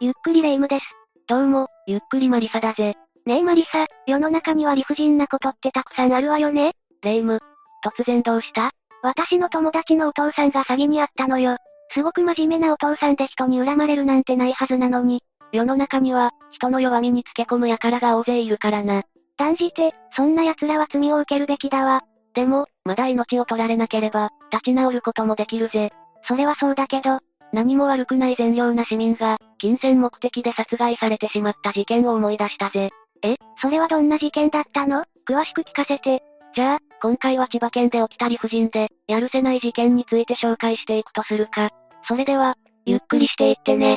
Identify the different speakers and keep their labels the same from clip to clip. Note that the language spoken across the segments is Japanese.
Speaker 1: ゆっくりレ夢ムです。
Speaker 2: どうも、ゆっくりマリサだぜ。
Speaker 1: ねえマリサ、世の中には理不尽なことってたくさんあるわよね。
Speaker 2: レ夢ム。突然どうした
Speaker 1: 私の友達のお父さんが詐欺にあったのよ。すごく真面目なお父さんで人に恨まれるなんてないはずなのに。
Speaker 2: 世の中には、人の弱みにつけ込む輩が大勢いるからな。
Speaker 1: 断じて、そんな奴らは罪を受けるべきだわ。
Speaker 2: でも、まだ命を取られなければ、立ち直ることもできるぜ。
Speaker 1: それはそうだけど、
Speaker 2: 何も悪くない善良な市民が、金銭目的で殺害されてしまった事件を思い出したぜ。
Speaker 1: え、それはどんな事件だったの詳しく聞かせて。
Speaker 2: じゃあ、今回は千葉県で起きた理不尽で、やるせない事件について紹介していくとするか。それでは、ゆっくりしていってね。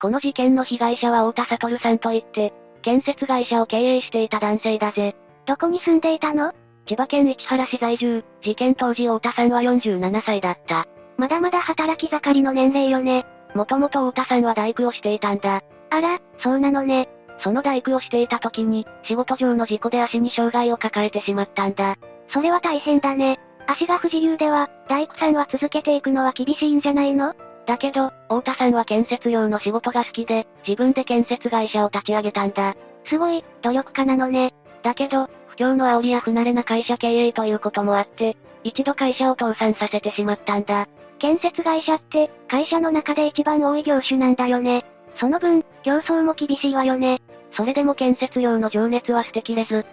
Speaker 2: この事件の被害者は太田悟さんといって、建設会社を経営していた男性だぜ。
Speaker 1: どこに住んでいたの
Speaker 2: 千葉県市原市在住、事件当時太田さんは47歳だった。
Speaker 1: まだまだ働き盛りの年齢よね。
Speaker 2: もともと太田さんは大工をしていたんだ。
Speaker 1: あら、そうなのね。
Speaker 2: その大工をしていた時に、仕事上の事故で足に障害を抱えてしまったんだ。
Speaker 1: それは大変だね。足が不自由では、大工さんは続けていくのは厳しいんじゃないの
Speaker 2: だけど、太田さんは建設用の仕事が好きで、自分で建設会社を立ち上げたんだ。
Speaker 1: すごい、努力家なのね。
Speaker 2: だけど、不況の煽りや不慣れな会社経営ということもあって、一度会社を倒産させてしまったんだ。
Speaker 1: 建設会社って、会社の中で一番多い業種なんだよね。その分、競争も厳しいわよね。
Speaker 2: それでも建設用の情熱は捨てきれず、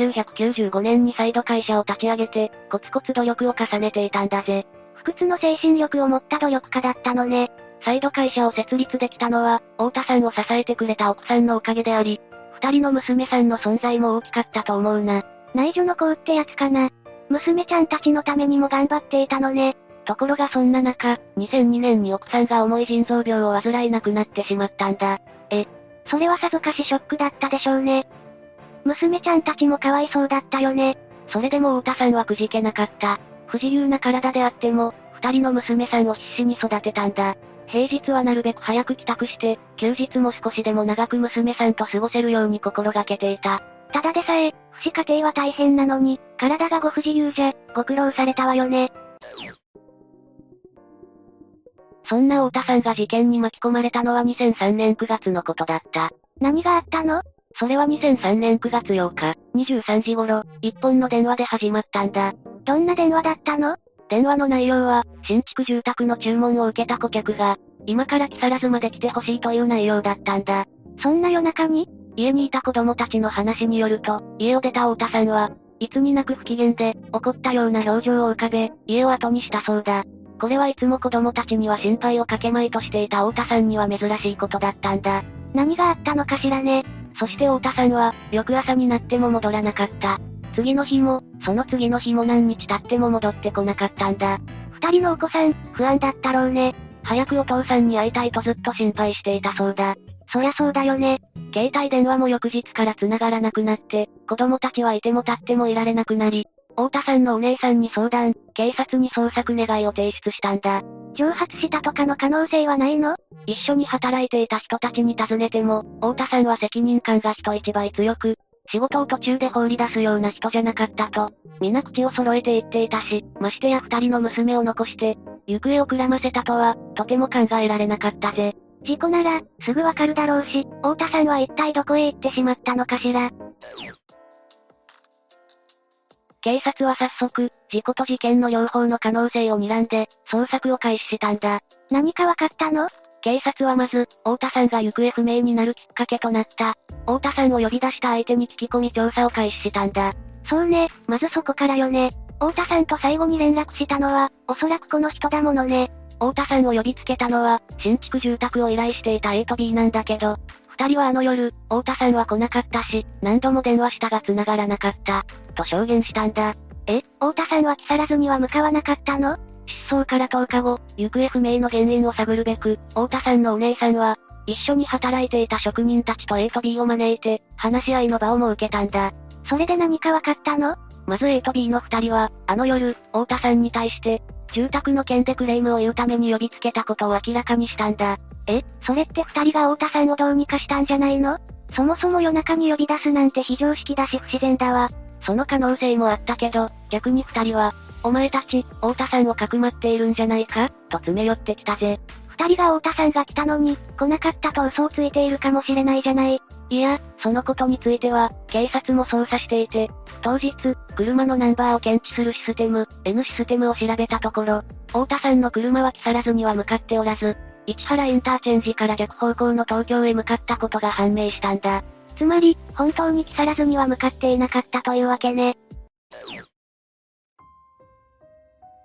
Speaker 2: 1995年に再度会社を立ち上げて、コツコツ努力を重ねていたんだぜ。
Speaker 1: 不屈の精神力を持った努力家だったのね。
Speaker 2: 再度会社を設立できたのは、太田さんを支えてくれた奥さんのおかげであり、二人の娘さんの存在も大きかったと思うな。
Speaker 1: 内助の子ってやつかな。娘ちゃんたちのためにも頑張っていたのね。
Speaker 2: ところがそんな中、2002年に奥さんが重い腎臓病を患いなくなってしまったんだ。
Speaker 1: え、それはさぞかしショックだったでしょうね。娘ちゃんたちもかわいそうだったよね。
Speaker 2: それでも太田さんはくじけなかった。不自由な体であっても、二人の娘さんを必死に育てたんだ。平日はなるべく早く帰宅して、休日も少しでも長く娘さんと過ごせるように心がけていた。
Speaker 1: ただでさえ、不死家庭は大変なのに、体がご不自由じゃ、ご苦労されたわよね。
Speaker 2: そんな太田さんが事件に巻き込まれたのは2003年9月のことだった。
Speaker 1: 何があったの
Speaker 2: それは2003年9月8日、23時頃、一本の電話で始まったんだ。
Speaker 1: どんな電話だったの
Speaker 2: 電話の内容は、新築住宅の注文を受けた顧客が、今から木更津まで来てほしいという内容だったんだ。
Speaker 1: そんな夜中に
Speaker 2: 家にいた子供たちの話によると、家を出た太田さんは、いつになく不機嫌で、怒ったような表情を浮かべ、家を後にしたそうだ。これはいつも子供たちには心配をかけまいとしていた太田さんには珍しいことだったんだ。
Speaker 1: 何があったのかしらね。
Speaker 2: そして太田さんは、翌朝になっても戻らなかった。次の日も、その次の日も何日経っても戻ってこなかったんだ。
Speaker 1: 二人のお子さん、不安だったろうね。
Speaker 2: 早くお父さんに会いたいとずっと心配していたそうだ。
Speaker 1: そりゃそうだよね。
Speaker 2: 携帯電話も翌日から繋がらなくなって、子供たちはいても立ってもいられなくなり、太田さんのお姉さんに相談、警察に捜索願いを提出したんだ。
Speaker 1: 蒸発したとかの可能性はないの
Speaker 2: 一緒に働いていた人たちに尋ねても、太田さんは責任感が人一倍強く、仕事を途中で放り出すような人じゃなかったと、皆口を揃えて言っていたし、ましてや二人の娘を残して、行方をくらませたとは、とても考えられなかったぜ。
Speaker 1: 事故なら、すぐわかるだろうし、太田さんは一体どこへ行ってしまったのかしら。
Speaker 2: 警察は早速、事故と事件の両方の可能性を睨んで、捜索を開始したんだ。
Speaker 1: 何かわかったの
Speaker 2: 警察はまず、太田さんが行方不明になるきっかけとなった、太田さんを呼び出した相手に聞き込み調査を開始したんだ。
Speaker 1: そうね、まずそこからよね。太田さんと最後に連絡したのは、おそらくこの人だものね。
Speaker 2: 太田さんを呼びつけたのは、新築住宅を依頼していた A と B なんだけど、二人はあの夜、太田さんは来なかったし、何度も電話したが繋がらなかった、と証言したんだ。
Speaker 1: え、太田さんは木更津には向かわなかったの
Speaker 2: 失踪から10日後、行方不明の原因を探るべく、太田さんのお姉さんは、一緒に働いていた職人たちと A と B を招いて、話し合いの場を設けたんだ。
Speaker 1: それで何かわかったの
Speaker 2: まず A と B の二人は、あの夜、太田さんに対して、住宅の件でクレームを言うために呼びつけたことを明らかにしたんだ。
Speaker 1: え、それって二人が太田さんをどうにかしたんじゃないのそもそも夜中に呼び出すなんて非常識だし不自然だわ。
Speaker 2: その可能性もあったけど、逆に二人は、お前たち、太田さんをかくまっているんじゃないかと詰め寄ってきたぜ。
Speaker 1: 二人が太田さんが来たのに、来なかったと嘘をついているかもしれないじゃない。
Speaker 2: いや、そのことについては、警察も捜査していて、当日、車のナンバーを検知するシステム、N システムを調べたところ、太田さんの車は木更津には向かっておらず、市原インターチェンジから逆方向の東京へ向かったことが判明したんだ。
Speaker 1: つまり、本当に木更津には向かっていなかったというわけね。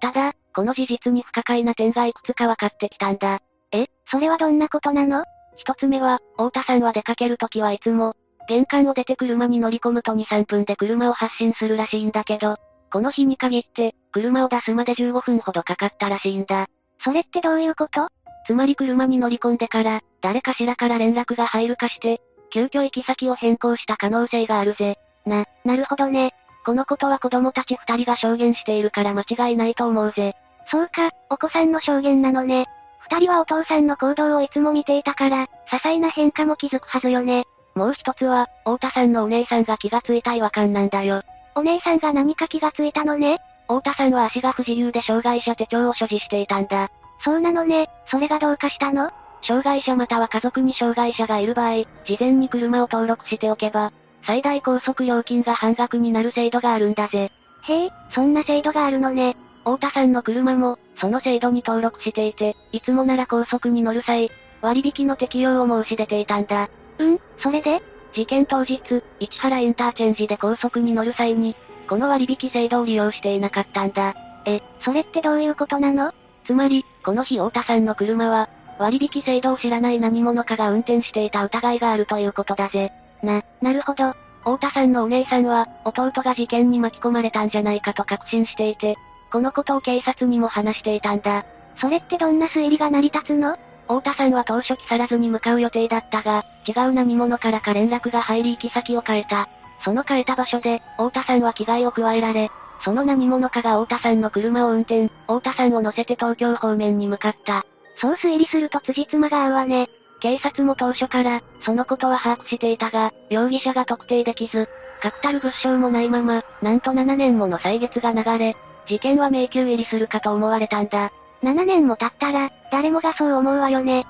Speaker 2: ただ、この事実に不可解な点がいくつか分かってきたんだ。
Speaker 1: え、それはどんなことなの
Speaker 2: 一つ目は、太田さんは出かけるときはいつも、玄関を出て車に乗り込むと2、3分で車を発進するらしいんだけど、この日に限って、車を出すまで15分ほどかかったらしいんだ。
Speaker 1: それってどういうこと
Speaker 2: つまり車に乗り込んでから、誰かしらから連絡が入るかして、急遽行き先を変更した可能性があるぜ。
Speaker 1: な、なるほどね。
Speaker 2: このことは子供たち二人が証言しているから間違いないと思うぜ。
Speaker 1: そうか、お子さんの証言なのね。二人はお父さんの行動をいつも見ていたから、些細な変化も気づくはずよね。
Speaker 2: もう一つは、太田さんのお姉さんが気がついた違和感なんだよ。
Speaker 1: お姉さんが何か気がついたのね
Speaker 2: 太田さんは足が不自由で障害者手帳を所持していたんだ。
Speaker 1: そうなのね、それがどうかしたの
Speaker 2: 障害者または家族に障害者がいる場合、事前に車を登録しておけば、最大高速料金が半額になる制度があるんだぜ。
Speaker 1: へえ、そんな制度があるのね。
Speaker 2: 太田さんの車も、その制度に登録していて、いつもなら高速に乗る際、割引の適用を申し出ていたんだ。
Speaker 1: うん、それで
Speaker 2: 事件当日、市原インターチェンジで高速に乗る際に、この割引制度を利用していなかったんだ。
Speaker 1: え、それってどういうことなの
Speaker 2: つまり、この日太田さんの車は、割引制度を知らない何者かが運転していた疑いがあるということだぜ。
Speaker 1: な、なるほど。
Speaker 2: 太田さんのお姉さんは、弟が事件に巻き込まれたんじゃないかと確信していて、このことを警察にも話していたんだ。
Speaker 1: それってどんな推理が成り立つの
Speaker 2: 太田さんは当初木更津に向かう予定だったが、違う何者からか連絡が入り行き先を変えた。その変えた場所で、太田さんは危害を加えられ、その何者かが太田さんの車を運転、太田さんを乗せて東京方面に向かった。
Speaker 1: そう推理すると辻褄が合うわね。
Speaker 2: 警察も当初から、そのことは把握していたが、容疑者が特定できず、確たる物証もないまま、なんと7年もの歳月が流れ、事件は迷宮入りするかと思われたんだ。
Speaker 1: 7年も経ったら、誰もがそう思うわよね。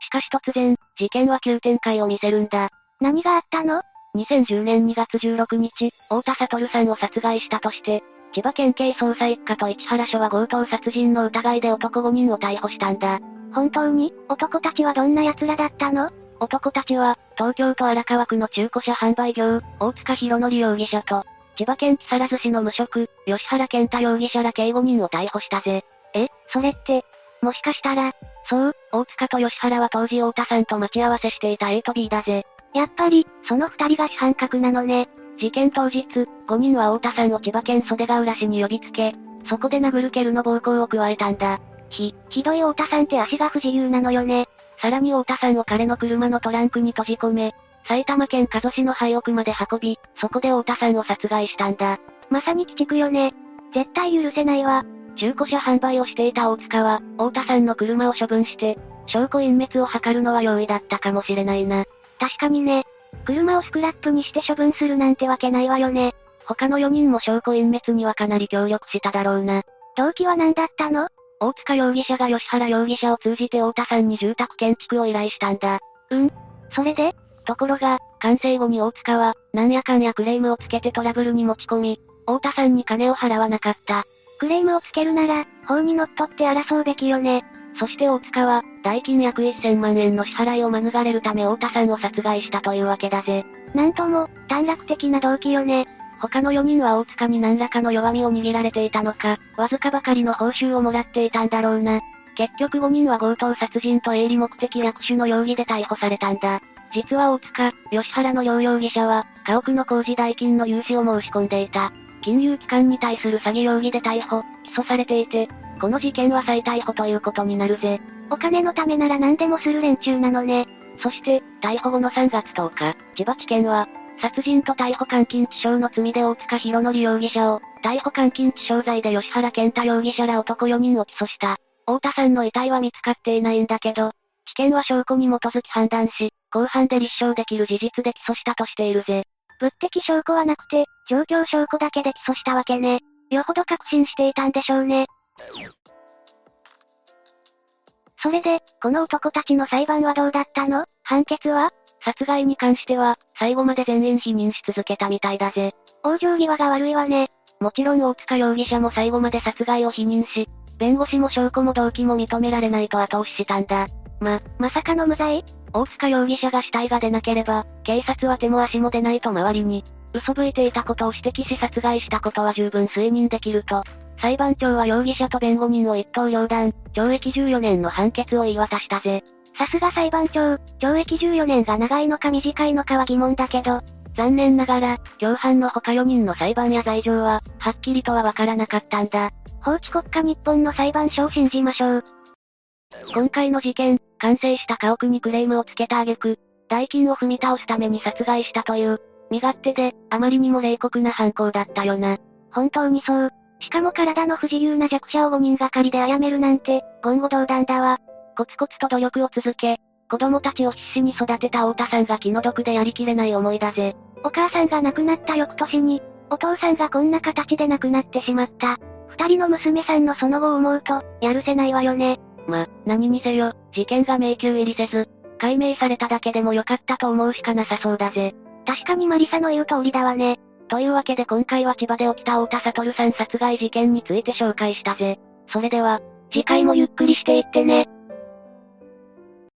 Speaker 2: しかし突然、事件は急展開を見せるんだ。
Speaker 1: 何があったの
Speaker 2: ?2010 年2月16日、太田悟さんを殺害したとして、千葉県警捜査一課と市原署は強盗殺人の疑いで男5人を逮捕したんだ。
Speaker 1: 本当に、男たちはどんな奴らだったの
Speaker 2: 男たちは、東京都荒川区の中古車販売業、大塚博則容疑者と、千葉県木更津市の無職、吉原健太容疑者ら計5人を逮捕したぜ。
Speaker 1: え、それって、もしかしたら、
Speaker 2: そう、大塚と吉原は当時太田さんと待ち合わせしていた A と B だぜ。
Speaker 1: やっぱり、その二人が主犯格なのね。
Speaker 2: 事件当日、5人は太田さんを千葉県袖ヶ浦市に呼びつけ、そこで殴る蹴るの暴行を加えたんだ。
Speaker 1: ひ、ひどい太田さんって足が不自由なのよね。
Speaker 2: さらに太田さんを彼の車のトランクに閉じ込め、埼玉県加須市の廃屋まで運び、そこで太田さんを殺害したんだ。
Speaker 1: まさに鬼畜よね。絶対許せないわ。
Speaker 2: 中古車販売をしていた大塚は、太田さんの車を処分して、証拠隠滅を図るのは容易だったかもしれないな。
Speaker 1: 確かにね。車をスクラップにして処分するなんてわけないわよね。
Speaker 2: 他の4人も証拠隠滅にはかなり協力しただろうな。
Speaker 1: 動機は何だったの
Speaker 2: 大塚容疑者が吉原容疑者を通じて太田さんに住宅建築を依頼したんだ。
Speaker 1: うん。それで
Speaker 2: ところが、完成後に大塚は、なんやかんやクレームをつけてトラブルに持ち込み、太田さんに金を払わなかった。
Speaker 1: クレームをつけるなら、法に則っって争うべきよね。
Speaker 2: そして大塚は、代金約1000万円の支払いを免れるため太田さんを殺害したというわけだぜ。
Speaker 1: なんとも、短絡的な動機よね。
Speaker 2: 他の4人は大塚に何らかの弱みを握られていたのか、わずかばかりの報酬をもらっていたんだろうな。結局5人は強盗殺人と営利目的略取の容疑で逮捕されたんだ。実は大塚、吉原の両容疑者は、家屋の工事代金の融資を申し込んでいた。金融機関に対する詐欺容疑で逮捕、起訴されていて、この事件は再逮捕ということになるぜ。
Speaker 1: お金のためなら何でもする連中なのね。
Speaker 2: そして、逮捕後の3月10日、千葉地検は、殺人と逮捕監禁致傷の罪で大塚博則容疑者を、逮捕監禁致傷罪で吉原健太容疑者ら男4人を起訴した。太田さんの遺体は見つかっていないんだけど、地検は証拠に基づき判断し、後半で立証できる事実で起訴したとしているぜ。
Speaker 1: 物的証拠はなくて、状況証拠だけで起訴したわけね。よほど確信していたんでしょうね。それで、この男たちの裁判はどうだったの判決は
Speaker 2: 殺害に関しては、最後まで全員否認し続けたみたいだぜ。
Speaker 1: 往生際が悪いわね。
Speaker 2: もちろん大塚容疑者も最後まで殺害を否認し、弁護士も証拠も動機も認められないと後押ししたんだ。
Speaker 1: ま、まさかの無罪
Speaker 2: 大塚容疑者が死体が出なければ、警察は手も足も出ないと周りに、嘘ぶいていたことを指摘し殺害したことは十分推認できると、裁判長は容疑者と弁護人を一刀両断、懲役14年の判決を言い渡したぜ。
Speaker 1: さすが裁判長、懲役14年が長いのか短いのかは疑問だけど、
Speaker 2: 残念ながら、共犯の他4人の裁判や罪状は、はっきりとはわからなかったんだ。
Speaker 1: 法治国家日本の裁判所を信じましょう。
Speaker 2: 今回の事件、完成した家屋にクレームをつけた挙句、代金を踏み倒すために殺害したという、身勝手で、あまりにも冷酷な犯行だったよな。
Speaker 1: 本当にそう。しかも体の不自由な弱者を5人がかりで殺めるなんて、言語道断だわ。
Speaker 2: コツコツと努力を続け、子供たちを必死に育てた太田さんが気の毒でやりきれない思いだぜ。
Speaker 1: お母さんが亡くなった翌年に、お父さんがこんな形で亡くなってしまった。二人の娘さんのその後を思うと、やるせないわよね。
Speaker 2: ま、何にせよ、事件が迷宮入りせず、解明されただけでも良かったと思うしかなさそうだぜ。
Speaker 1: 確かにマリサの言う通りだわね。
Speaker 2: というわけで今回は千葉で起きた太田悟さん殺害事件について紹介したぜ。それでは、
Speaker 1: 次回もゆっくりしていってね。